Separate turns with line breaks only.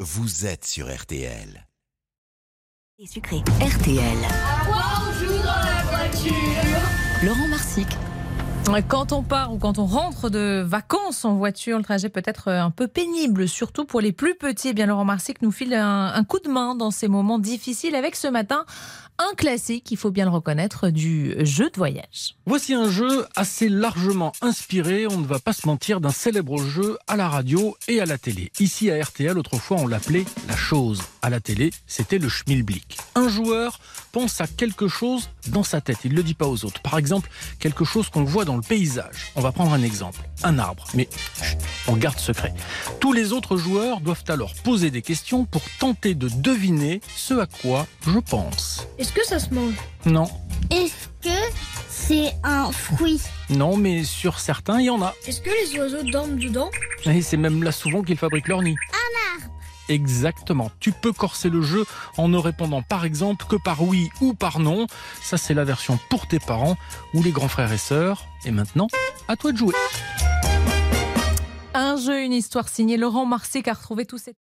vous êtes sur RTL.
Et sucré. RTL. Laurent Marsic.
Quand on part ou quand on rentre de vacances en voiture, le trajet peut être euh, un peu pénible, surtout pour les plus petits. Eh bien, Laurent Marsic nous file un, un coup de main dans ces moments difficiles avec ce matin un classique, il faut bien le reconnaître, du jeu de voyage.
Voici un jeu assez largement inspiré, on ne va pas se mentir, d'un célèbre jeu à la radio et à la télé. Ici à RTL, autrefois, on l'appelait la chose. À la télé, c'était le schmilblick. Un joueur pense à quelque chose dans sa tête, il ne le dit pas aux autres. Par exemple, quelque chose qu'on voit dans le paysage. On va prendre un exemple, un arbre, mais chut, on garde secret. Tous les autres joueurs doivent alors poser des questions pour tenter de deviner ce à quoi je pense.
Est-ce que ça se mange
Non,
Est-ce que c'est un fruit
non, mais sur certains, il y en a.
Est-ce que les oiseaux dorment dedans
Et c'est même là souvent qu'ils fabriquent leur nid. Un Exactement. Tu peux corser le jeu en ne répondant par exemple que par oui ou par non. Ça, c'est la version pour tes parents ou les grands frères et sœurs. Et maintenant, à toi de jouer.
Un jeu, une histoire signée Laurent Marsic a retrouvé tous ces